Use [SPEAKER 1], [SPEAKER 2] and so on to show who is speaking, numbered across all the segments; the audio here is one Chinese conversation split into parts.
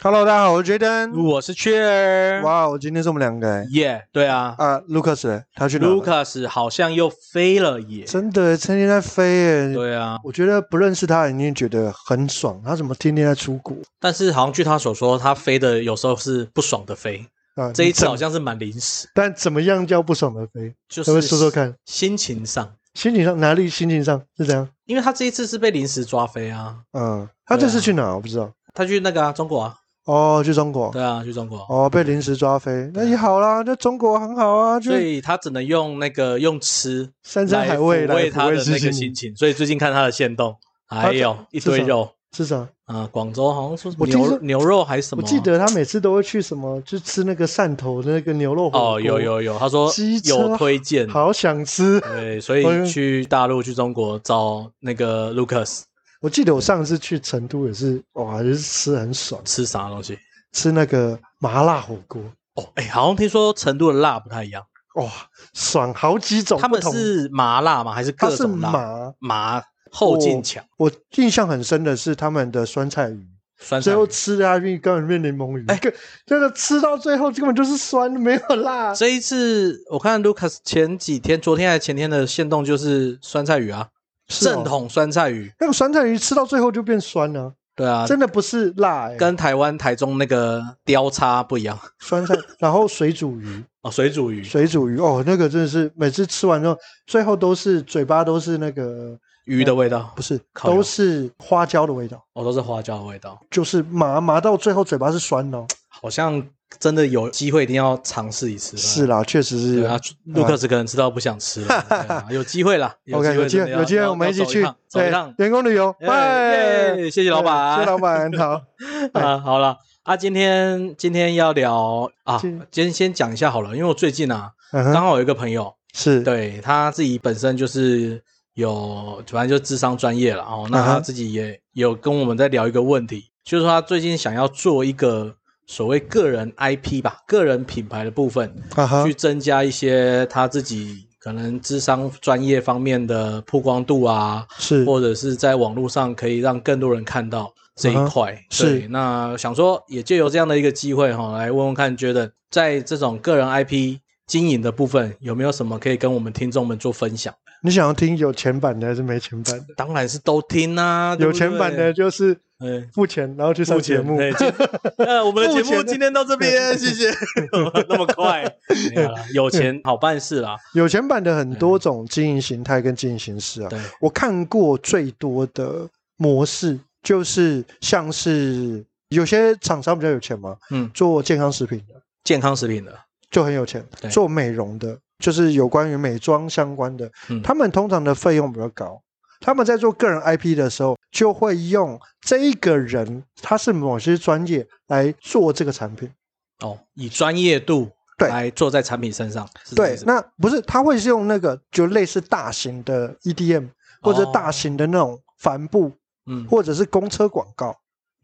[SPEAKER 1] Hello，大家好，我是 Jaden。
[SPEAKER 2] 我是雀儿，
[SPEAKER 1] 嗯哇哦，今天是我们两个哎，
[SPEAKER 2] 耶对啊
[SPEAKER 1] 啊，Lucas 嘞他去哪了
[SPEAKER 2] ，Lucas 好像又飞了耶，
[SPEAKER 1] 真的成天在飞哎，
[SPEAKER 2] 对啊，
[SPEAKER 1] 我觉得不认识他已经觉得很爽，他怎么天天在出国
[SPEAKER 2] 但是好像据他所说，他飞的有时候是不爽的飞，
[SPEAKER 1] 啊？
[SPEAKER 2] 这一
[SPEAKER 1] 你
[SPEAKER 2] 次
[SPEAKER 1] 怎
[SPEAKER 2] 好，像是蛮临时，
[SPEAKER 1] 但怎么样叫不爽的飞？
[SPEAKER 2] 就
[SPEAKER 1] 要不要
[SPEAKER 2] 是
[SPEAKER 1] 说说看
[SPEAKER 2] 心情上，
[SPEAKER 1] 心情上哪里？心情上是怎样？
[SPEAKER 2] 因为他这一次是被临时抓飞啊，
[SPEAKER 1] 嗯，他
[SPEAKER 2] 对
[SPEAKER 1] 这
[SPEAKER 2] 啊
[SPEAKER 1] 次去哪我不知道。
[SPEAKER 2] 他去那个啊中国啊，
[SPEAKER 1] 哦，去中国
[SPEAKER 2] 对啊去中国，
[SPEAKER 1] 哦，被临时抓飞，那也好啦，那中国很好啊，就
[SPEAKER 2] 所以他只能用那个用吃
[SPEAKER 1] 山珍
[SPEAKER 2] 来
[SPEAKER 1] 海
[SPEAKER 2] 抚
[SPEAKER 1] 味来
[SPEAKER 2] 慰
[SPEAKER 1] 抚
[SPEAKER 2] 他
[SPEAKER 1] 慰
[SPEAKER 2] 的那
[SPEAKER 1] 之
[SPEAKER 2] 个
[SPEAKER 1] 心
[SPEAKER 2] 心。情，所以最近看他的线动，还有一堆
[SPEAKER 1] 是什么
[SPEAKER 2] 肉。
[SPEAKER 1] 是啥？
[SPEAKER 2] 啊、广州好像说什
[SPEAKER 1] 我
[SPEAKER 2] 么
[SPEAKER 1] 记
[SPEAKER 2] 牛
[SPEAKER 1] 得
[SPEAKER 2] 牛肉还是什
[SPEAKER 1] 我
[SPEAKER 2] 么啊，
[SPEAKER 1] 记得他每次都会去什么，就吃那个汕头的那个牛肉火锅。
[SPEAKER 2] 哦，有有有，他说
[SPEAKER 1] 机车
[SPEAKER 2] 有推荐，
[SPEAKER 1] 好想吃。
[SPEAKER 2] 对，所
[SPEAKER 1] 我
[SPEAKER 2] 以去大陆、去中国找那个 Lucas
[SPEAKER 1] 我记得我上次去成都也是，哇，也是吃很爽，
[SPEAKER 2] 吃啥东西？
[SPEAKER 1] 吃那个麻辣火锅，
[SPEAKER 2] 哦，哎，好像听说成都的辣不太一样，
[SPEAKER 1] 哇，爽好几种
[SPEAKER 2] 他
[SPEAKER 1] 哦不
[SPEAKER 2] 们
[SPEAKER 1] 同。
[SPEAKER 2] 是麻辣吗？还是
[SPEAKER 1] 它
[SPEAKER 2] 各
[SPEAKER 1] 是
[SPEAKER 2] 种辣？
[SPEAKER 1] 麻，
[SPEAKER 2] 麻后劲强，
[SPEAKER 1] 我印象很深的是他们的酸菜鱼，
[SPEAKER 2] 酸菜
[SPEAKER 1] 最
[SPEAKER 2] 鱼。
[SPEAKER 1] 后吃下去根本变柠檬鱼，哎，这个吃到最后根本就是酸，没有辣。
[SPEAKER 2] 这一次我看 Lucas 前几天、昨天还前天的线动就是酸菜鱼啊，
[SPEAKER 1] 是哦
[SPEAKER 2] 正统酸菜鱼。
[SPEAKER 1] 那个酸菜鱼吃到最后就变酸了、
[SPEAKER 2] 对啊，
[SPEAKER 1] 真的不是辣、哎
[SPEAKER 2] 跟台湾台中那个雕叉不一样
[SPEAKER 1] 酸菜，然后水煮鱼，
[SPEAKER 2] 哦，水煮鱼
[SPEAKER 1] 水煮鱼哦，那个真的是每次吃完之后，最后都是嘴巴都是那个
[SPEAKER 2] 鱼的味道
[SPEAKER 1] 不是，
[SPEAKER 2] 烤
[SPEAKER 1] 都
[SPEAKER 2] 肉
[SPEAKER 1] 是花椒的味道，
[SPEAKER 2] 哦，都是花椒的味道，
[SPEAKER 1] 就是麻麻到最后嘴巴是酸的哦、
[SPEAKER 2] 好像真的有机会一定要尝试一次。
[SPEAKER 1] 是啦，确实是
[SPEAKER 2] 对啊，卢克斯可能吃到不想吃 了，对啊有机会啦
[SPEAKER 1] OK，有机
[SPEAKER 2] 真
[SPEAKER 1] 会
[SPEAKER 2] 的要
[SPEAKER 1] 有机会
[SPEAKER 2] 要
[SPEAKER 1] 我们一起
[SPEAKER 2] 要走
[SPEAKER 1] 去
[SPEAKER 2] 趟走
[SPEAKER 1] 对
[SPEAKER 2] 一趟。啊
[SPEAKER 1] 员工旅游，拜
[SPEAKER 2] 耶，耶谢谢老
[SPEAKER 1] 对谢
[SPEAKER 2] 板，
[SPEAKER 1] 谢老板， 好，
[SPEAKER 2] 啊，好了啊，今天今天要聊啊，
[SPEAKER 1] 今
[SPEAKER 2] 今天先讲一下好了，因为我最近啊，
[SPEAKER 1] 嗯
[SPEAKER 2] 刚
[SPEAKER 1] 哼，
[SPEAKER 2] 好有一个朋友，
[SPEAKER 1] 是，
[SPEAKER 2] 对他自己本身就是有，反正就智商专业了哦，那
[SPEAKER 1] 嗯
[SPEAKER 2] 他
[SPEAKER 1] 哼
[SPEAKER 2] 自己也有跟我们在聊一个问题，就是说他最近想要做一个所谓个人 IP 吧，个人品牌的部分，
[SPEAKER 1] 啊哈
[SPEAKER 2] 去，增加一些他自己可能智商专业方面的曝光度啊，
[SPEAKER 1] 是，
[SPEAKER 2] 或者是在网络上可以让更多人看到这一块。
[SPEAKER 1] 啊是
[SPEAKER 2] 对那想说也借由这样的一个机会哈、来问问看，觉得在这种个人 IP 经营的部分，有没有什么可以跟我们听众们做分享？
[SPEAKER 1] 你想要听有钱版的还是没钱版的？
[SPEAKER 2] 当然是都听啊，对
[SPEAKER 1] 有
[SPEAKER 2] 不对
[SPEAKER 1] 钱版的。就是
[SPEAKER 2] 嗯，
[SPEAKER 1] 付钱，然后去上
[SPEAKER 2] 目
[SPEAKER 1] 节
[SPEAKER 2] 前
[SPEAKER 1] 目，
[SPEAKER 2] 对今 呃，我们的
[SPEAKER 1] 目
[SPEAKER 2] 节目
[SPEAKER 1] 前
[SPEAKER 2] 今天到这边，谢 谢。 那么快，没有啦有钱好办事啦。
[SPEAKER 1] 有钱版的很多种经营形态跟经营形式啊，
[SPEAKER 2] 对，
[SPEAKER 1] 我看过最多的模式就是像是有些厂商比较有钱嘛，
[SPEAKER 2] 嗯，
[SPEAKER 1] 做健康食品的
[SPEAKER 2] 健康食品的，
[SPEAKER 1] 就很有钱，
[SPEAKER 2] 对
[SPEAKER 1] 做美容的，就是有关于美妆相关的，
[SPEAKER 2] 嗯
[SPEAKER 1] 他们通常的费用比较高。他们在做个人 IP 的时候，就会用这一个人他是某些专业来做这个产品。
[SPEAKER 2] 哦，以专业度
[SPEAKER 1] 对
[SPEAKER 2] 来做在产品身上，是这个意
[SPEAKER 1] 对，
[SPEAKER 2] 思吗
[SPEAKER 1] 那不是他会是用那个就类似大型的 EDM 或者
[SPEAKER 2] 哦
[SPEAKER 1] 大型的那种帆布
[SPEAKER 2] 嗯
[SPEAKER 1] 或者是公车广告，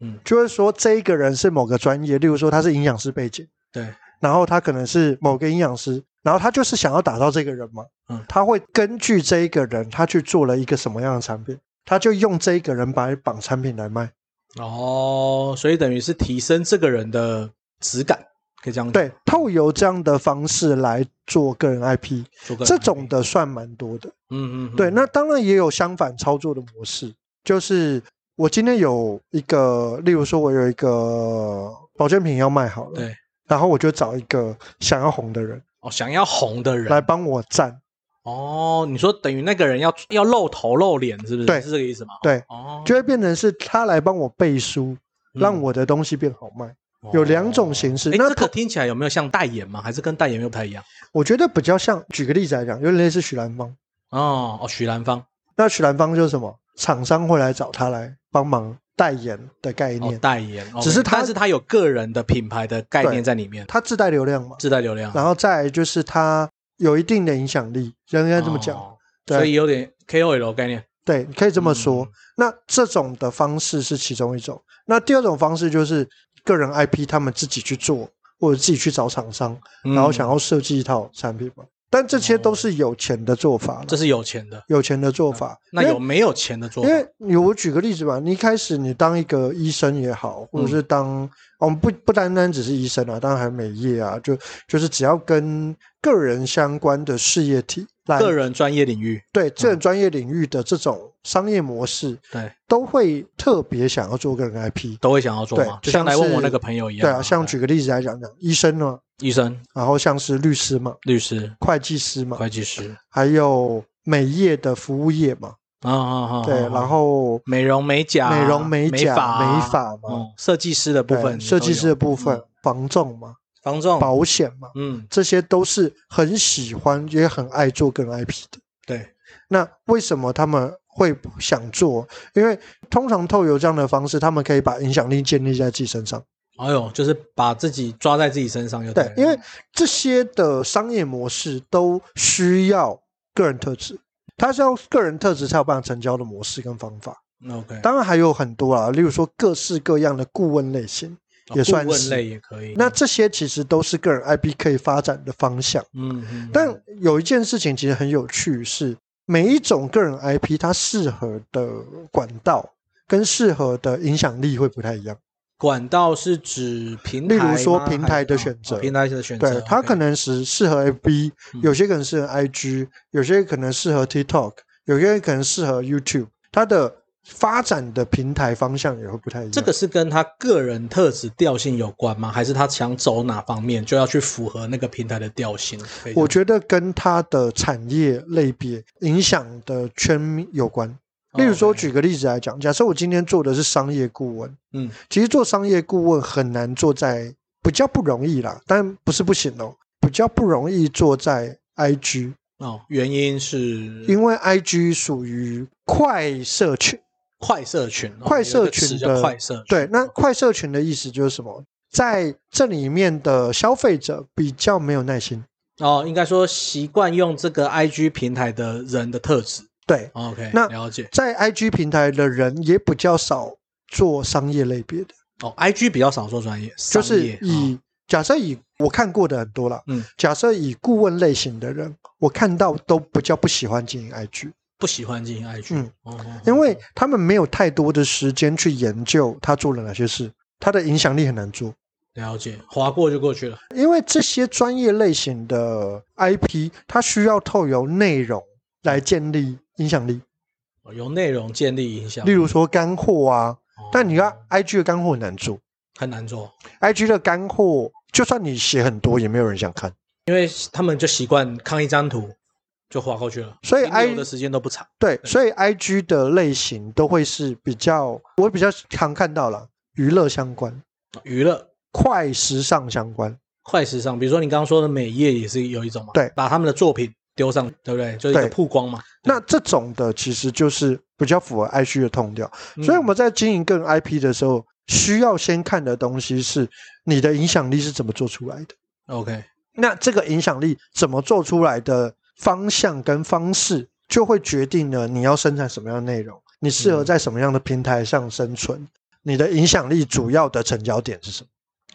[SPEAKER 2] 嗯，
[SPEAKER 1] 就是说这一个人是某个专业，例如说他是营养师背景，
[SPEAKER 2] 对，
[SPEAKER 1] 然后他可能是某个营养师，然后他就是想要打造这个人嘛，
[SPEAKER 2] 嗯
[SPEAKER 1] 他会根据这一个人，他去做了一个什么样的产品，他就用这一个人把绑产品来卖。
[SPEAKER 2] 嗯哦，所以等于是提升这个人的质感，可以这样
[SPEAKER 1] 对，透由这样的方式来做个人 IP，
[SPEAKER 2] 做个
[SPEAKER 1] 这
[SPEAKER 2] 人
[SPEAKER 1] 种
[SPEAKER 2] 品
[SPEAKER 1] 的算蛮多的。
[SPEAKER 2] 嗯嗯嗯
[SPEAKER 1] 对，那当然也有相反操作的模式，就是我今天有一个，例如说我有一个保健品要卖好了，
[SPEAKER 2] 对，
[SPEAKER 1] 然后我就找一个想要红的人
[SPEAKER 2] 哦，想要红的人
[SPEAKER 1] 来帮我站，
[SPEAKER 2] 哦，你说等于那个人要要露头露脸，是不是？
[SPEAKER 1] 对
[SPEAKER 2] 是这个意思吗？
[SPEAKER 1] 对，
[SPEAKER 2] 哦，
[SPEAKER 1] 就会变成是他来帮我背书，
[SPEAKER 2] 嗯
[SPEAKER 1] 让我的东西变好卖。有两种形式
[SPEAKER 2] 哦诶
[SPEAKER 1] 那
[SPEAKER 2] 这个
[SPEAKER 1] 同
[SPEAKER 2] 听起来有没有像代言吗？还是跟代言又不太一样？
[SPEAKER 1] 我觉得比较像，举个例子来讲，有点类似许兰芳。
[SPEAKER 2] 哦哦，许兰芳
[SPEAKER 1] 那许兰芳就是什么？厂商会来找他来帮忙代言的概
[SPEAKER 2] 哦
[SPEAKER 1] 念，
[SPEAKER 2] 代言，
[SPEAKER 1] 只是
[SPEAKER 2] OK，
[SPEAKER 1] 他
[SPEAKER 2] 但是他有个人的品牌的概
[SPEAKER 1] 对
[SPEAKER 2] 念在里面，
[SPEAKER 1] 他自带流量嘛，
[SPEAKER 2] 自带流量，
[SPEAKER 1] 然后再来就是他有一定的影响力，应该这么讲。
[SPEAKER 2] 哦
[SPEAKER 1] 对
[SPEAKER 2] 所以有点 KOL 概念。
[SPEAKER 1] 对，你可以这么说。
[SPEAKER 2] 嗯
[SPEAKER 1] 那这种的方式是其中一种。那第二种方式就是个人 IP 他们自己去做，或者自己去找厂商，然后想
[SPEAKER 2] 要
[SPEAKER 1] 要设计一套产品嘛。但这些都是有钱的做法了
[SPEAKER 2] 哦这，是有钱的。
[SPEAKER 1] 有钱的做法。
[SPEAKER 2] 那
[SPEAKER 1] 嗯因为
[SPEAKER 2] 有没有钱的做法
[SPEAKER 1] 因？为你我举个例子吧，你一开始你当一个医生也好，或者
[SPEAKER 2] 嗯
[SPEAKER 1] 是当、我们不不单单只是医生啊，当然还有美业啊，就就是只要跟个人相关的事业体来
[SPEAKER 2] 个人专业领域，
[SPEAKER 1] 对这种专业领域的这种商业模式，
[SPEAKER 2] 嗯对，
[SPEAKER 1] 都会特别想要做个人 IP。
[SPEAKER 2] 都会想要做
[SPEAKER 1] 对
[SPEAKER 2] 嘛，就像来问
[SPEAKER 1] 像
[SPEAKER 2] 我
[SPEAKER 1] 是
[SPEAKER 2] 那个朋友一样。
[SPEAKER 1] 对啊，像举个例子来讲讲，医生呢，
[SPEAKER 2] 医生、
[SPEAKER 1] 然后像是律师嘛、
[SPEAKER 2] 律师、
[SPEAKER 1] 会计师嘛，
[SPEAKER 2] 会计师
[SPEAKER 1] 还有美业的服务业嘛，
[SPEAKER 2] 啊啊啊！
[SPEAKER 1] 对，
[SPEAKER 2] 啊
[SPEAKER 1] 然后
[SPEAKER 2] 美容美甲、
[SPEAKER 1] 美容美甲、
[SPEAKER 2] 发啊、
[SPEAKER 1] 美发嘛，
[SPEAKER 2] 嗯，设计师的部
[SPEAKER 1] 对
[SPEAKER 2] 分，
[SPEAKER 1] 设计师的部
[SPEAKER 2] 嗯哦
[SPEAKER 1] 分、防重嘛、
[SPEAKER 2] 房仲，
[SPEAKER 1] 保险嘛，
[SPEAKER 2] 嗯，
[SPEAKER 1] 这些都是很喜欢也很爱做个人 IP 的。
[SPEAKER 2] 对，
[SPEAKER 1] 那为什么他们会想做？因为通常透过这样的方式，他们可以把影响力建立在自己身上。
[SPEAKER 2] 哎呦，就是把自己抓在自己身上就
[SPEAKER 1] 对
[SPEAKER 2] 了，
[SPEAKER 1] 因为这些的商业模式都需要个人特质，它是要个人特质才有办法成交的模式跟方法。
[SPEAKER 2] OK，
[SPEAKER 1] 当然还有很多啊，例如说各式各样的顾问类型。也算
[SPEAKER 2] 啊顾问
[SPEAKER 1] 是
[SPEAKER 2] 类也可以。
[SPEAKER 1] 那这些其实都是个人 IP 可以发展的方向。
[SPEAKER 2] 嗯，嗯
[SPEAKER 1] 但有一件事情其实很有趣是，每一种个人 IP 它适合的管道跟适合的影响力会不太一样。
[SPEAKER 2] 管道是指平台
[SPEAKER 1] 例
[SPEAKER 2] 吗，
[SPEAKER 1] 如说平
[SPEAKER 2] 还是
[SPEAKER 1] 台的
[SPEAKER 2] 哦
[SPEAKER 1] 选择
[SPEAKER 2] 哦平台的选择，
[SPEAKER 1] 对，它
[SPEAKER 2] OK
[SPEAKER 1] 可能是适合 FB，
[SPEAKER 2] 嗯
[SPEAKER 1] 有些可能适合 IG，有些可能适合 TikTok，有些可能适合 YouTube。它的发展的平台方向也会不太一样。
[SPEAKER 2] 这个是跟他个人特质调性有关吗？还是他想走哪方面，就要去符合那个平台的调性？可以
[SPEAKER 1] 我觉得跟它的产业类别影响的圈有关。
[SPEAKER 2] 哦
[SPEAKER 1] 例如说，
[SPEAKER 2] OK
[SPEAKER 1] 举个例子来讲，假设我今天做的是商业顾问，
[SPEAKER 2] 嗯，
[SPEAKER 1] 其实做商业顾问很难做在比较不容易啦，但不是不行哦，比较不容易做在 IG，
[SPEAKER 2] 哦，原因是
[SPEAKER 1] 因为 IG 属于快社群。
[SPEAKER 2] 快社群，哦
[SPEAKER 1] 快社
[SPEAKER 2] 有一个词
[SPEAKER 1] 群
[SPEAKER 2] 叫
[SPEAKER 1] 的
[SPEAKER 2] 快社群，
[SPEAKER 1] 对，那快社群的意思就是什么？在这里面的消费者比较没有耐心，
[SPEAKER 2] 哦，应该说习惯用这个 IG 平台的人的特质。哦
[SPEAKER 1] 对，
[SPEAKER 2] OK，
[SPEAKER 1] 那
[SPEAKER 2] 了解
[SPEAKER 1] 在 IG 平台的人也比较少做商业类别的，
[SPEAKER 2] 哦，IG 比较少做专业，
[SPEAKER 1] 就
[SPEAKER 2] 商
[SPEAKER 1] 是
[SPEAKER 2] 业
[SPEAKER 1] 以、
[SPEAKER 2] 哦
[SPEAKER 1] 假设以我看过的很多啦，
[SPEAKER 2] 嗯，
[SPEAKER 1] 假设以顾问类型的人，我看到都比较不喜欢经营 IG，
[SPEAKER 2] 不喜欢进行 IG，
[SPEAKER 1] 嗯
[SPEAKER 2] 哦，哦哦
[SPEAKER 1] 因为他们没有太多的时间去研究他做了哪些事，他的影响力很难做。
[SPEAKER 2] 了解，划过就过去了。
[SPEAKER 1] 因为这些专业类型的 IP，它需要透由内容来建立影响力，
[SPEAKER 2] 哦由内容建立影响，
[SPEAKER 1] 例如说干货啊，
[SPEAKER 2] 哦
[SPEAKER 1] 但你看 IG 的干货很难做
[SPEAKER 2] 很难做，
[SPEAKER 1] ，IG 的干货就算你写很多，也没有人想看。
[SPEAKER 2] 因为他们就习惯看一张图就划过去了，
[SPEAKER 1] 所以
[SPEAKER 2] 停留
[SPEAKER 1] I-
[SPEAKER 2] 的时间都不长。
[SPEAKER 1] 对，所以 IG 的类型都会是比较，我比较常看到了娱乐相关、
[SPEAKER 2] 娱乐、
[SPEAKER 1] 快时尚相关，
[SPEAKER 2] 快时尚，比如说你刚刚说的美业也是有一种嘛，
[SPEAKER 1] 对
[SPEAKER 2] 把他们的作品丢上，对不对？就是一个
[SPEAKER 1] 对
[SPEAKER 2] 曝光嘛。
[SPEAKER 1] 那这种的其实就是比较符合 IG 的痛调。所以我
[SPEAKER 2] 嗯
[SPEAKER 1] 们在经营个人 IP 的时候，需要先看的东西是你的影响力是怎么做出来的。
[SPEAKER 2] 嗯 OK，
[SPEAKER 1] 那这个影响力怎么做出来的方向跟方式，就会决定了你要生产什么样的内容，你适合
[SPEAKER 2] 嗯
[SPEAKER 1] 在什么样的平台上生存，你的影响力主要的成交点是什么？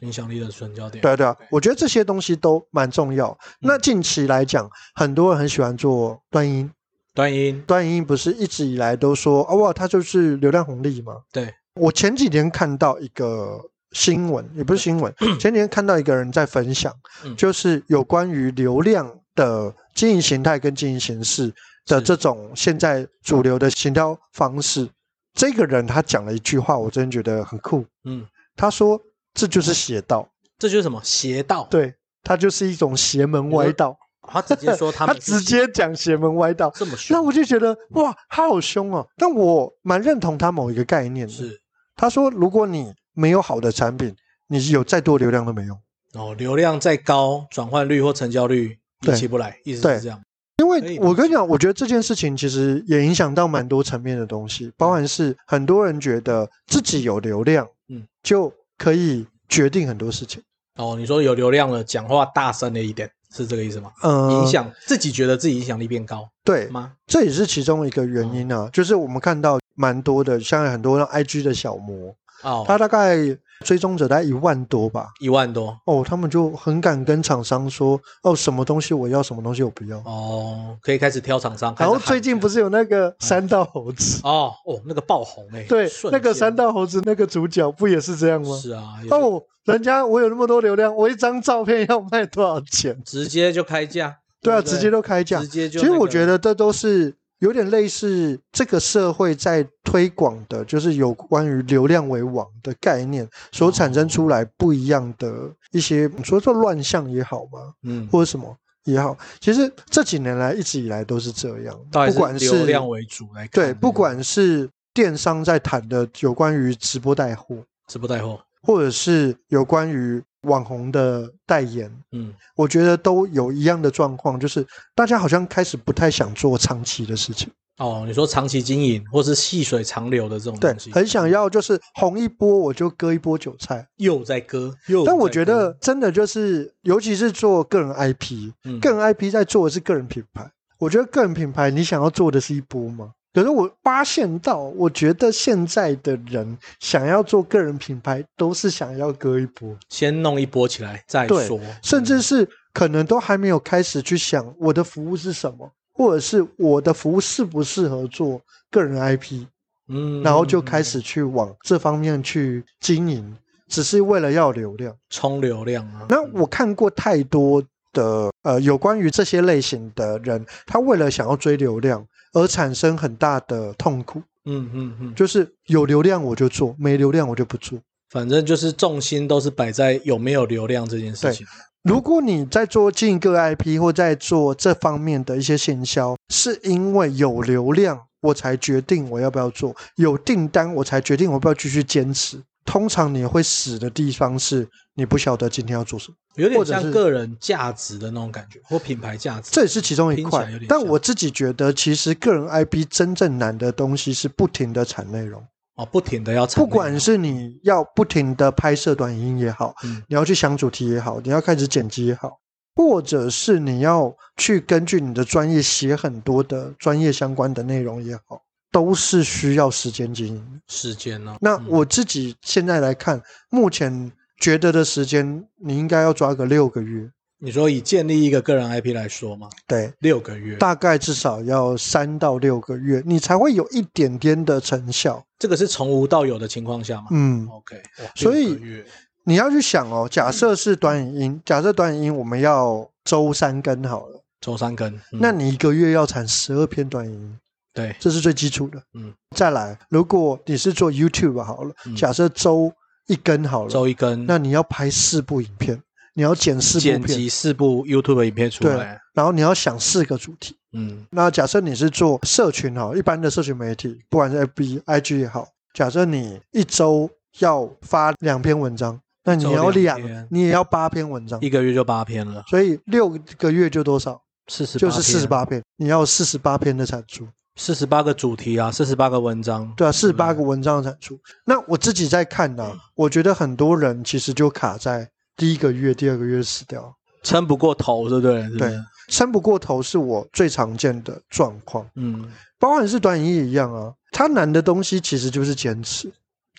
[SPEAKER 2] 影响力的转焦点。
[SPEAKER 1] 对啊，对啊，我觉得这些东西都蛮重要。那
[SPEAKER 2] 嗯
[SPEAKER 1] 近期来讲，很多人很喜欢做端音，
[SPEAKER 2] 端音，
[SPEAKER 1] 段英不是一直以来都说哦哇，他就是流量红利嘛。
[SPEAKER 2] 对，
[SPEAKER 1] 我前几天看到一个新闻，也不是新 闻，前几天看到一个人在分享，
[SPEAKER 2] 嗯
[SPEAKER 1] 就是有关于流量的经营形态跟经营形式的
[SPEAKER 2] 是
[SPEAKER 1] 这种现在主流的行销方式。这个人他讲了一句话，我真的觉得很酷。
[SPEAKER 2] 嗯，
[SPEAKER 1] 他说这就是邪道，
[SPEAKER 2] 这就是什么邪道？，
[SPEAKER 1] 对，它就是一种邪门歪道。
[SPEAKER 2] 他直接 说他
[SPEAKER 1] 他
[SPEAKER 2] 们
[SPEAKER 1] 直
[SPEAKER 2] 是
[SPEAKER 1] 接讲邪门歪道，
[SPEAKER 2] 这么凶，
[SPEAKER 1] 那我就觉得哇，他好凶哦。但我蛮认同他某一个概念的。
[SPEAKER 2] 是
[SPEAKER 1] 他说，如果你没有好的产品，你有再多流量都没用，
[SPEAKER 2] 哦，流量再高，转换率或成交率也
[SPEAKER 1] 对
[SPEAKER 2] 起不来，意思
[SPEAKER 1] 对
[SPEAKER 2] 是这样。
[SPEAKER 1] 因
[SPEAKER 2] 可以
[SPEAKER 1] 为
[SPEAKER 2] 理解
[SPEAKER 1] 我跟你讲，我觉得这件事情其实也影响到蛮多层面的东西，包含是很多人觉得自己有流量，
[SPEAKER 2] 嗯
[SPEAKER 1] 嗯，就可以决定很多事情，
[SPEAKER 2] 哦，你说有流量了，讲话大声了一点，是这个意思吗？
[SPEAKER 1] 呃，
[SPEAKER 2] 影响嗯自己觉得自己影响力变高
[SPEAKER 1] 对，
[SPEAKER 2] 吗？
[SPEAKER 1] 这也是其中一个原
[SPEAKER 2] 哦
[SPEAKER 1] 因啊。就是我们看到蛮多的，像很多那 IG 的小模，
[SPEAKER 2] 哦，
[SPEAKER 1] 他大概追踪者大概一万多吧。
[SPEAKER 2] 一万多
[SPEAKER 1] 哦，他们就很敢跟厂商说，哦，什么东西我要，什么东西我不要。
[SPEAKER 2] 哦，可以开始挑厂商。
[SPEAKER 1] 然后
[SPEAKER 2] 开始喊
[SPEAKER 1] 最近不是有那个三道猴 子？
[SPEAKER 2] 哦哦，那个爆红哎、欸，
[SPEAKER 1] 对，
[SPEAKER 2] 瞬
[SPEAKER 1] 那个
[SPEAKER 2] 间
[SPEAKER 1] 三道猴子那个主角不也是这样吗？
[SPEAKER 2] 是啊，也是
[SPEAKER 1] 哦，人家我有那么多流量，我一张照片要卖多少钱？
[SPEAKER 2] 直接就开价。
[SPEAKER 1] 对啊，
[SPEAKER 2] 不
[SPEAKER 1] 直接都开价
[SPEAKER 2] 直。接
[SPEAKER 1] 其
[SPEAKER 2] 就那个、
[SPEAKER 1] 实我觉得这都是有点类似这个社会在推广的，就是有关于流量为王的概念所产
[SPEAKER 2] 哦
[SPEAKER 1] 生出来不一样的一些，你说做乱象也好嘛，
[SPEAKER 2] 嗯，
[SPEAKER 1] 或者什么也好，其实这几年来一直以来都是这样，
[SPEAKER 2] 到底
[SPEAKER 1] 不管
[SPEAKER 2] 流
[SPEAKER 1] 是
[SPEAKER 2] 量为主来看嗯
[SPEAKER 1] 对，不管是电商在谈的有关于直播带货，
[SPEAKER 2] 直播带货，
[SPEAKER 1] 或者是有关于网红的代言，
[SPEAKER 2] 嗯，
[SPEAKER 1] 我觉得都有一样的状况，就是大家好像开始不太想做长期的事情，
[SPEAKER 2] 哦，你说长期经营或是细水长流的这种
[SPEAKER 1] 对
[SPEAKER 2] 东西，，
[SPEAKER 1] 很想要就是红一波我就割一波韭菜。
[SPEAKER 2] 又在割又在割，
[SPEAKER 1] 但我觉得真的就是，尤其是做个人 IP，
[SPEAKER 2] 嗯
[SPEAKER 1] 个人 IP 在做的是个人品牌。我觉得个人品牌你想要做的是一波吗？可是我发现到，我觉得现在的人想要做个人品牌，都是想要割一波。
[SPEAKER 2] 先弄一波起来再
[SPEAKER 1] 对
[SPEAKER 2] 说，
[SPEAKER 1] 甚至
[SPEAKER 2] 嗯
[SPEAKER 1] 是可能都还没有开始去想我的服务是什么，或者是我的服务适不适合做个人 IP，
[SPEAKER 2] 嗯
[SPEAKER 1] 然后就开始去往这方面去经营，只是为了要流量。
[SPEAKER 2] 冲流量啊。
[SPEAKER 1] 那我看过太多的呃有关于这些类型的人，他为了想要追流量而产生很大的痛苦，
[SPEAKER 2] 嗯嗯嗯，
[SPEAKER 1] 就是有流量我就做，没流量我就不做。
[SPEAKER 2] 反正就是重心都是摆在有没有流量这件事
[SPEAKER 1] 对
[SPEAKER 2] 情。
[SPEAKER 1] 如果你在做进个 IP 或在做这方面的一些行销，是因为有流量我才决定我要不要做，有订单我才决定我要不要继续坚持。通常你会死的地方是你不晓得今天要做什么，
[SPEAKER 2] 有点
[SPEAKER 1] 或者
[SPEAKER 2] 像
[SPEAKER 1] 是
[SPEAKER 2] 个人价值的那种感觉，或品牌价值。
[SPEAKER 1] 这也是其中一
[SPEAKER 2] 听起来
[SPEAKER 1] 块
[SPEAKER 2] 有点像。
[SPEAKER 1] 但我自己觉得，其实个人 IP 真正难的东西是不停的产内容，
[SPEAKER 2] 哦，不停的要产
[SPEAKER 1] 不
[SPEAKER 2] 内容
[SPEAKER 1] 管是你要不停的拍摄短影音也好，
[SPEAKER 2] 嗯
[SPEAKER 1] 你要去想主题也好，你要开始剪辑也好，或者是你要去根据你的专业写很多的专业相关的内容也好，都是需要时间经营的。
[SPEAKER 2] 时间呢、
[SPEAKER 1] 那
[SPEAKER 2] 嗯
[SPEAKER 1] 我自己现在来看，目前觉得的时间，你应该要抓个六个月，
[SPEAKER 2] 你说以建立一个个人 IP 来说嘛，
[SPEAKER 1] 对，
[SPEAKER 2] 六个月，
[SPEAKER 1] 大概至少要三到六个月，你才会有一点点的成效。
[SPEAKER 2] 这个是从无到有的情况下嘛。
[SPEAKER 1] 嗯，
[SPEAKER 2] OK，哇
[SPEAKER 1] 所以
[SPEAKER 2] 六个月
[SPEAKER 1] 你要去想哦，假设是短影音，假设短影音我们要周三更好了，
[SPEAKER 2] 周三更，嗯
[SPEAKER 1] 那你一个月要产十二篇短影音，
[SPEAKER 2] 对
[SPEAKER 1] 这是最基础的。
[SPEAKER 2] 嗯，
[SPEAKER 1] 再来，如果你是做 YouTube 好了，
[SPEAKER 2] 嗯
[SPEAKER 1] 假设周一更好了，
[SPEAKER 2] 周一更，
[SPEAKER 1] 那你要拍四部影片，你要剪四
[SPEAKER 2] 剪
[SPEAKER 1] 部片，
[SPEAKER 2] 辑四部 YouTube 影片出
[SPEAKER 1] 对
[SPEAKER 2] 来，
[SPEAKER 1] 然后你要想四个主题。
[SPEAKER 2] 嗯
[SPEAKER 1] 那假设你是做社群哈，一般的社群媒体，不管是 FB、IG 也好，假设你一周要发两篇文章，那你
[SPEAKER 2] 周
[SPEAKER 1] 要
[SPEAKER 2] 两
[SPEAKER 1] 两
[SPEAKER 2] 篇，
[SPEAKER 1] 你也要八篇文章
[SPEAKER 2] 一，个月就八篇了，
[SPEAKER 1] 所以六个月就多少？
[SPEAKER 2] 四十
[SPEAKER 1] 就是四十，八篇，你要四十八篇的产出。
[SPEAKER 2] 四十八个主题啊，四十八个文章，
[SPEAKER 1] 对啊，四十
[SPEAKER 2] 不对
[SPEAKER 1] 八个文章的产出。那我自己在看呢、
[SPEAKER 2] 嗯
[SPEAKER 1] 我觉得很多人其实就卡在第一个月、第二个月死掉，
[SPEAKER 2] 撑不过头，对不对？是不是
[SPEAKER 1] 对，撑不过头是我最常见的状况。
[SPEAKER 2] 嗯，
[SPEAKER 1] 包含是短影音也一样啊，它难的东西其实就是坚持。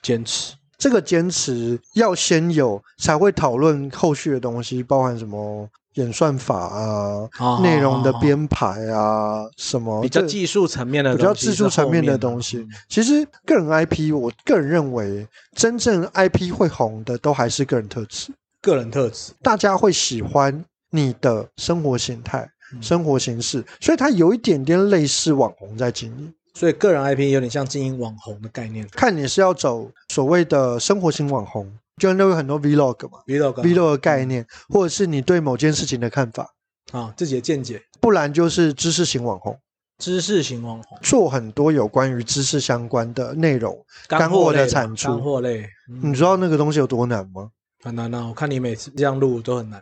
[SPEAKER 2] 坚持，
[SPEAKER 1] 这个坚持要先有，才会讨论后续的东西，包含什么演算法啊、
[SPEAKER 2] 哦
[SPEAKER 1] 内容的
[SPEAKER 2] 哦哦
[SPEAKER 1] 编排啊、什么
[SPEAKER 2] 比较
[SPEAKER 1] 这
[SPEAKER 2] 技术层面的
[SPEAKER 1] 比较
[SPEAKER 2] 东西
[SPEAKER 1] 技术
[SPEAKER 2] 是
[SPEAKER 1] 层
[SPEAKER 2] 后
[SPEAKER 1] 面的
[SPEAKER 2] 面
[SPEAKER 1] 东西
[SPEAKER 2] 嗯。
[SPEAKER 1] 其实个人 IP，我个人认为，真正 IP 会红的都还是个人特质，
[SPEAKER 2] 个人特质，
[SPEAKER 1] 大家会喜欢你的生活形态、
[SPEAKER 2] 嗯
[SPEAKER 1] 生活形式，所以它有一点点类似网红在经营。
[SPEAKER 2] 所以个人 IP 有点像经营网红的概念
[SPEAKER 1] 看你是要走所谓的生活型网红，就那有很多 Vlog 嘛
[SPEAKER 2] ，vlog 啊
[SPEAKER 1] ，Vlog 的概念，或者是你对某件事情的看法，
[SPEAKER 2] 啊，自己的见解，
[SPEAKER 1] 不然就是知识型网红，
[SPEAKER 2] 知识型网红，
[SPEAKER 1] 做很多有关于知识相关的内容。干货
[SPEAKER 2] 类
[SPEAKER 1] 的
[SPEAKER 2] 啦
[SPEAKER 1] 产出
[SPEAKER 2] 干货类，嗯
[SPEAKER 1] 你知道那个东西有多难吗？
[SPEAKER 2] 很难啊！我看你每次这样录都很难，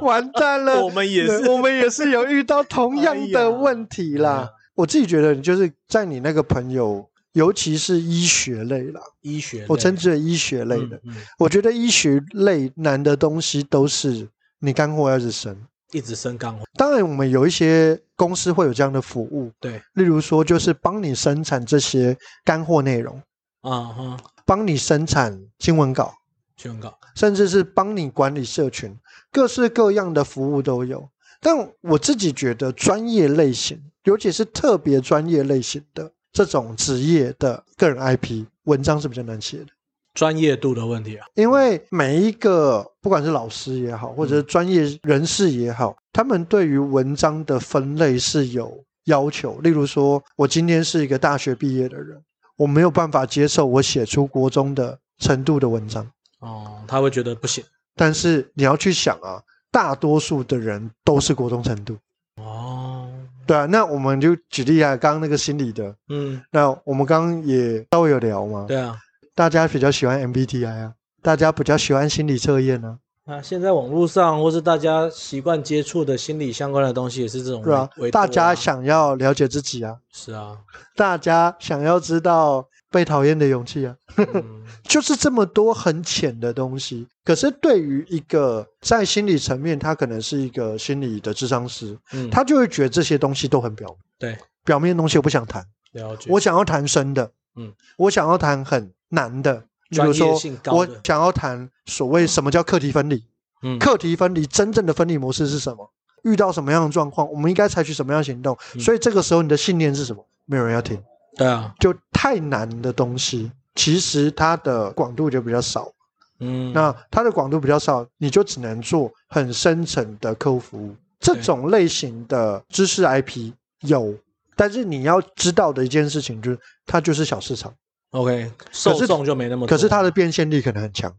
[SPEAKER 1] 完蛋了，
[SPEAKER 2] 我们也是
[SPEAKER 1] 对我们也是有遇到同样的问题
[SPEAKER 2] 哎呀
[SPEAKER 1] 啦。我自己觉得，就是在你那个朋友，尤其是医学类啦，
[SPEAKER 2] 医学类，
[SPEAKER 1] 我称之为医学类的，
[SPEAKER 2] 嗯，嗯
[SPEAKER 1] 我觉得医学类难的东西都是你干货要是深。
[SPEAKER 2] 一直升干货，
[SPEAKER 1] 当然，我们有一些公司会有这样的服务，
[SPEAKER 2] 对
[SPEAKER 1] 例如说就是帮你生产这些干货内容，
[SPEAKER 2] 啊哈，
[SPEAKER 1] 帮你生产新闻稿，
[SPEAKER 2] 新闻稿，
[SPEAKER 1] 甚至是帮你管理社群，各式各样的服务都有。但我自己觉得，专业类型，尤其是特别专业类型的这种职业的个人 IP 文章是比较难写的，
[SPEAKER 2] 专业度的问题啊，
[SPEAKER 1] 因为每一个不管是老师也好，或者是专业人士也好，他们对于文章的分类是有要求。例如说，我今天是一个大学毕业的人，我没有办法接受我写出国中的程度的文章。
[SPEAKER 2] 哦，他会觉得不行。
[SPEAKER 1] 但是你要去想啊，大多数的人都是国中程度，
[SPEAKER 2] 哦，
[SPEAKER 1] 对啊。那我们就举例啊，刚刚那个心理的，
[SPEAKER 2] 嗯，
[SPEAKER 1] 那我们刚刚也稍微有聊嘛，
[SPEAKER 2] 对啊。
[SPEAKER 1] 大家比较喜欢 MBTI 啊，大家比较喜欢心理测验啊，
[SPEAKER 2] 那现在网络上或是大家习惯接触的心理相关的东西，也是这种
[SPEAKER 1] 对啊
[SPEAKER 2] 维，
[SPEAKER 1] 大家
[SPEAKER 2] 想
[SPEAKER 1] 想要了解自己啊，
[SPEAKER 2] 是 啊，
[SPEAKER 1] 大家想要知道被讨厌的勇气啊，
[SPEAKER 2] 嗯
[SPEAKER 1] 就是这么多很浅的东西。可是对于一个在心理层面，他可能是一个心理的智商师，
[SPEAKER 2] 嗯，
[SPEAKER 1] 他就会觉得这些东西都很表面
[SPEAKER 2] 对
[SPEAKER 1] 表面的东西我不想谈。
[SPEAKER 2] 了解。
[SPEAKER 1] 我想要谈深的，
[SPEAKER 2] 嗯，
[SPEAKER 1] 我想要谈很难的，比如
[SPEAKER 2] 专业
[SPEAKER 1] 说
[SPEAKER 2] 性高
[SPEAKER 1] 我
[SPEAKER 2] 的
[SPEAKER 1] 想要谈所谓什么叫课题分离，
[SPEAKER 2] 嗯
[SPEAKER 1] 课题分离真正的分离模式是什么？遇到什么样的状况，我们应该采取什么样的行动？
[SPEAKER 2] 嗯
[SPEAKER 1] 所以这个时候你的信念是什么？没有人要听，
[SPEAKER 2] 对啊，
[SPEAKER 1] 就太难的东西，其实它的广度就比较少。
[SPEAKER 2] 嗯，
[SPEAKER 1] 那它的广度比较少，你就只能做很深层的客户服务。这种类型的知识 IP 有，但是你要知道的一件事情就是，它就是小市场，
[SPEAKER 2] OK 受
[SPEAKER 1] 是
[SPEAKER 2] 众就没那么多，
[SPEAKER 1] 可是它的变现力可能很强，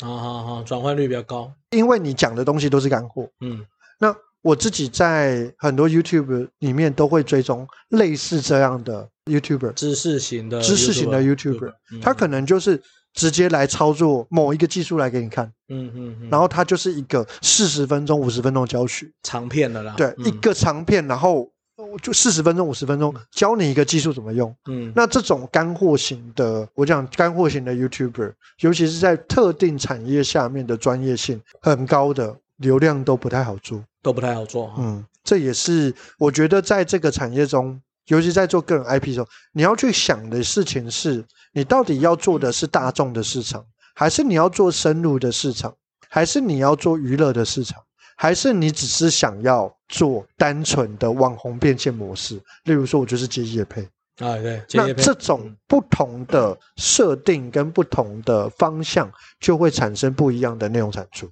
[SPEAKER 2] 啊好好转换率比较高，
[SPEAKER 1] 因为你讲的东西都是干货。
[SPEAKER 2] 嗯
[SPEAKER 1] 那我自己在很多 YouTube 里面都会追踪类似这样的 YouTuber，
[SPEAKER 2] 知识型的
[SPEAKER 1] 知识型的
[SPEAKER 2] YouTuber，嗯
[SPEAKER 1] YouTuber，他可能就是直接来操作某一个技术来给你看，
[SPEAKER 2] 嗯嗯嗯，
[SPEAKER 1] 然后他就是一个四十分钟、五十分钟的教学。
[SPEAKER 2] 长片的啦，
[SPEAKER 1] 对，
[SPEAKER 2] 嗯
[SPEAKER 1] 一个长片，然后呃就四十分钟、五十分钟，教你一个技术怎么用。
[SPEAKER 2] 嗯
[SPEAKER 1] 那这种干货型的，我讲干货型的 YouTuber，尤其是在特定产业下面的专业性很高的流量都不太好做。
[SPEAKER 2] 都不太好做哈，
[SPEAKER 1] 嗯，这也是我觉得在这个产业中，尤其在做个人 IP 的时候，你要去想的事情是，你到底要做的是大众的市场，还是你要做深入的市场，还是你要做娱乐的市场，还是你只是想要做单纯的网红变现模式？例如说，我就是接业配，
[SPEAKER 2] 啊对，
[SPEAKER 1] 嗯
[SPEAKER 2] 接
[SPEAKER 1] 那
[SPEAKER 2] 业配
[SPEAKER 1] 这种
[SPEAKER 2] 嗯
[SPEAKER 1] 不同的设定跟不同的方向，就会产生不一样的内容产出。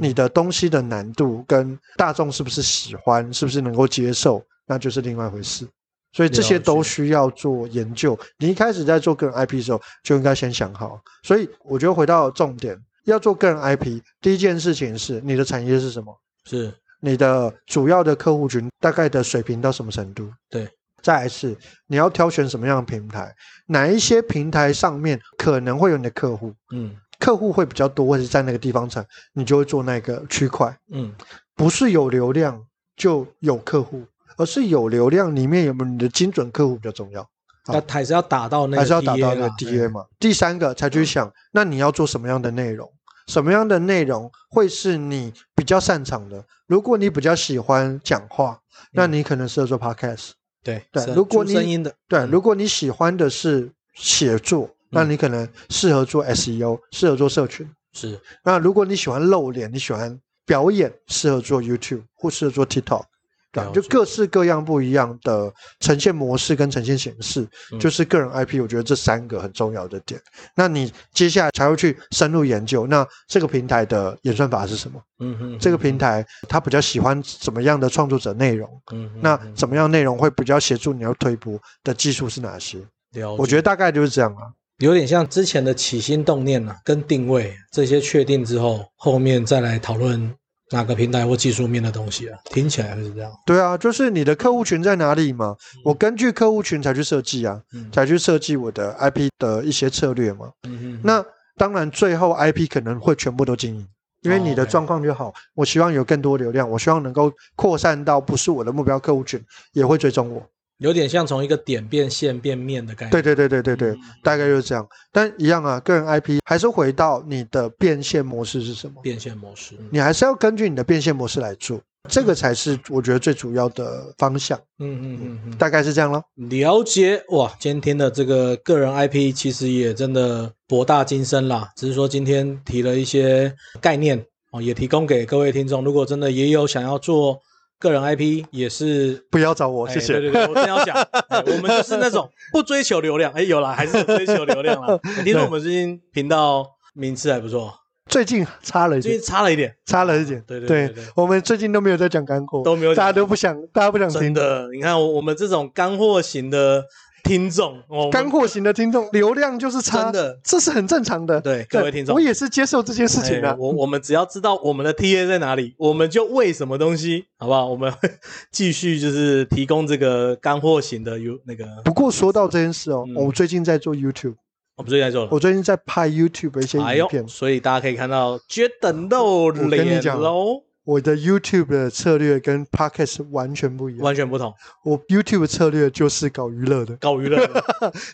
[SPEAKER 1] 你的东西的难度跟大众是不是喜欢，是不是能够接受，那就是另外一回事。所以这些
[SPEAKER 2] 了解
[SPEAKER 1] 都需要做研究。你一开始在做个人 IP 的时候，就应该先想好。所以我觉得回到重点，要做个人 IP，第一件事情是你的产业是什么，
[SPEAKER 2] 是
[SPEAKER 1] 你的主要的客户群大概的水平到什么程度？
[SPEAKER 2] 对，
[SPEAKER 1] 再来是你要挑选什么样的平台，哪一些平台上面可能会有你的客户，
[SPEAKER 2] 嗯
[SPEAKER 1] 客户会比较多，或者是在那个地方产，你就会做那个区块，
[SPEAKER 2] 嗯
[SPEAKER 1] 不是有流量就有客户，而是有流量里面有没有你的精准客户比较重要，好
[SPEAKER 2] 那还是要打到那个
[SPEAKER 1] 还是要达到那个
[SPEAKER 2] DA 啦
[SPEAKER 1] DA 嘛？第三个
[SPEAKER 2] 嗯
[SPEAKER 1] 才去想，那你要做什么样的内容？什么样的内容会是你比较擅长的？如果你比较喜欢讲话，那
[SPEAKER 2] 嗯
[SPEAKER 1] 你可能适合做 podcast。
[SPEAKER 2] 对
[SPEAKER 1] 对
[SPEAKER 2] 是
[SPEAKER 1] 如果
[SPEAKER 2] 出
[SPEAKER 1] 你
[SPEAKER 2] 声音的
[SPEAKER 1] 对，
[SPEAKER 2] 嗯
[SPEAKER 1] 如果你喜欢的是写作，那你可能适合做 SEO，适合做社群。
[SPEAKER 2] 是
[SPEAKER 1] 那如果你喜欢露脸，你喜欢表演，适合做 YouTube 或适合做 TikTok，对吧
[SPEAKER 2] 了，解
[SPEAKER 1] 就各式各样不一样的呈现模式跟呈现形式，
[SPEAKER 2] 嗯
[SPEAKER 1] 就是个人 IP，我觉得这三个很重要的点。那你接下来才会去深入研究，那这个平台的演算法是什么？
[SPEAKER 2] 嗯嗯
[SPEAKER 1] 这个平台它比较喜欢怎么样的创作者内容？
[SPEAKER 2] 嗯嗯
[SPEAKER 1] 那
[SPEAKER 2] 嗯
[SPEAKER 1] 怎么样内容会比较协助你要推播的技术是哪些？
[SPEAKER 2] 了
[SPEAKER 1] 我
[SPEAKER 2] 解
[SPEAKER 1] 觉得大概就是这样啊。
[SPEAKER 2] 有点像之前的起心动念呐、跟定位这些确定之后，后面再来讨论哪个平台或技术面的东西啊，听起来会是这样。
[SPEAKER 1] 对啊，就是你的客户群在哪里嘛？我根据客户群才去设计啊，
[SPEAKER 2] 嗯
[SPEAKER 1] 才去设计我的 IP 的一些策略嘛。
[SPEAKER 2] 嗯
[SPEAKER 1] 那当然，最后 IP 可能会全部都经营，因为你
[SPEAKER 2] 哦
[SPEAKER 1] 的
[SPEAKER 2] ，OK
[SPEAKER 1] 状况就好。我希望有更多流量，我希望能够扩散到不是我的目标客户群也会追踪我。
[SPEAKER 2] 有点像从一个点变线变面的概念。
[SPEAKER 1] 对对对对对对，
[SPEAKER 2] 嗯
[SPEAKER 1] 大概就是这样。但一样啊，个人 IP 还是回到你的变现模式是什么？
[SPEAKER 2] 变现模式。嗯
[SPEAKER 1] 你还是要根据你的变现模式来做。这个才是我觉得最主要的方向，
[SPEAKER 2] 嗯嗯嗯嗯，
[SPEAKER 1] 大概是这样咯。
[SPEAKER 2] 了解哇，今天的这个个人 IP 其实也真的博大精深啦，只是说今天提了一些概念哦，也提供给各位听众，如果真的也有想要做个人 IP，也是。
[SPEAKER 1] 不要找我，
[SPEAKER 2] 哎
[SPEAKER 1] 谢谢。
[SPEAKER 2] 对对对，我正要 讲、哎我们就是那种不追求流量，哎，有啦，还是有追求流量 啦。哎听说我们最近频道名次还不错，
[SPEAKER 1] 最近差了一
[SPEAKER 2] 最
[SPEAKER 1] 点
[SPEAKER 2] 近，差了一点，
[SPEAKER 1] 差了一点。
[SPEAKER 2] 对对
[SPEAKER 1] 对
[SPEAKER 2] 对对对
[SPEAKER 1] 我们最近都没有在讲干货，
[SPEAKER 2] 都没有
[SPEAKER 1] 大
[SPEAKER 2] 讲
[SPEAKER 1] 家都不想，大家不想
[SPEAKER 2] 真
[SPEAKER 1] 听。
[SPEAKER 2] 的。你看我我们这种干货型的听众，我们
[SPEAKER 1] 干货型的听众流量就是差
[SPEAKER 2] 真的
[SPEAKER 1] 这是很正常的。
[SPEAKER 2] 对各位听众
[SPEAKER 1] 我也是接受这件事情的、
[SPEAKER 2] 哎我我们只要知道我们的 TA 在哪里，我们就为什么东西，好不好？我们会继续就是提供这个干货型的有那个，
[SPEAKER 1] 不过说到这件事哦，
[SPEAKER 2] 嗯
[SPEAKER 1] 我最近在做 YouTube，
[SPEAKER 2] 我们最近在做了
[SPEAKER 1] 我。最近在拍 YouTube 的一些
[SPEAKER 2] 哎
[SPEAKER 1] 影
[SPEAKER 2] 呦
[SPEAKER 1] 片，。
[SPEAKER 2] 所以大家可以看到，绝等露
[SPEAKER 1] 跟你
[SPEAKER 2] 脸
[SPEAKER 1] 讲
[SPEAKER 2] 喽，
[SPEAKER 1] 我的 YouTube 的策略跟 Podcast 完全不一样。
[SPEAKER 2] 完全不同，
[SPEAKER 1] 我 YouTube 策略就是搞娱乐的，
[SPEAKER 2] 搞娱乐的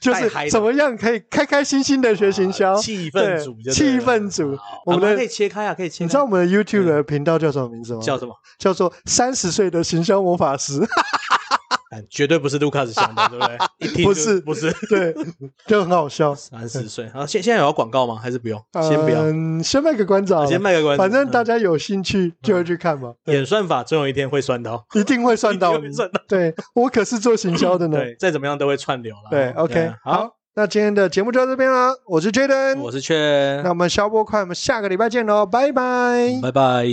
[SPEAKER 1] 就
[SPEAKER 2] 带嗨的
[SPEAKER 1] 是怎么样可以开开心心的学行销
[SPEAKER 2] 啊，气氛组就对
[SPEAKER 1] 对
[SPEAKER 2] 了，
[SPEAKER 1] 气氛组
[SPEAKER 2] 好
[SPEAKER 1] 我们的
[SPEAKER 2] 啊可以切开啊，可以切开。
[SPEAKER 1] 你知道我们的 YouTube 的频道叫什么名字吗？
[SPEAKER 2] 嗯叫什么？
[SPEAKER 1] 叫做“三十岁的行销魔法 师
[SPEAKER 2] 哎绝对不是卢卡斯想的，对不对？一听就
[SPEAKER 1] 不是
[SPEAKER 2] 不是”，。
[SPEAKER 1] 对，就很好笑。
[SPEAKER 2] 三十岁，然后现现在有要广告吗？还是不用？先不要，
[SPEAKER 1] 嗯，先卖个关子好了，
[SPEAKER 2] 先卖个关子。
[SPEAKER 1] 反正
[SPEAKER 2] 嗯
[SPEAKER 1] 大家有兴趣就会去看嘛，
[SPEAKER 2] 演算法总有一天会算 到，
[SPEAKER 1] 一定会算到
[SPEAKER 2] 一定
[SPEAKER 1] 你
[SPEAKER 2] 会算到。
[SPEAKER 1] 对我可是做行销的呢。
[SPEAKER 2] 对，再怎么样都会串流了。
[SPEAKER 1] 对，OK，
[SPEAKER 2] 啊好，
[SPEAKER 1] 好，那今天的节目就到这边啦。我是 Jaden，
[SPEAKER 2] 我是圈
[SPEAKER 1] 那，我们消波快，我们下个礼拜见喽，拜拜。
[SPEAKER 2] 拜拜。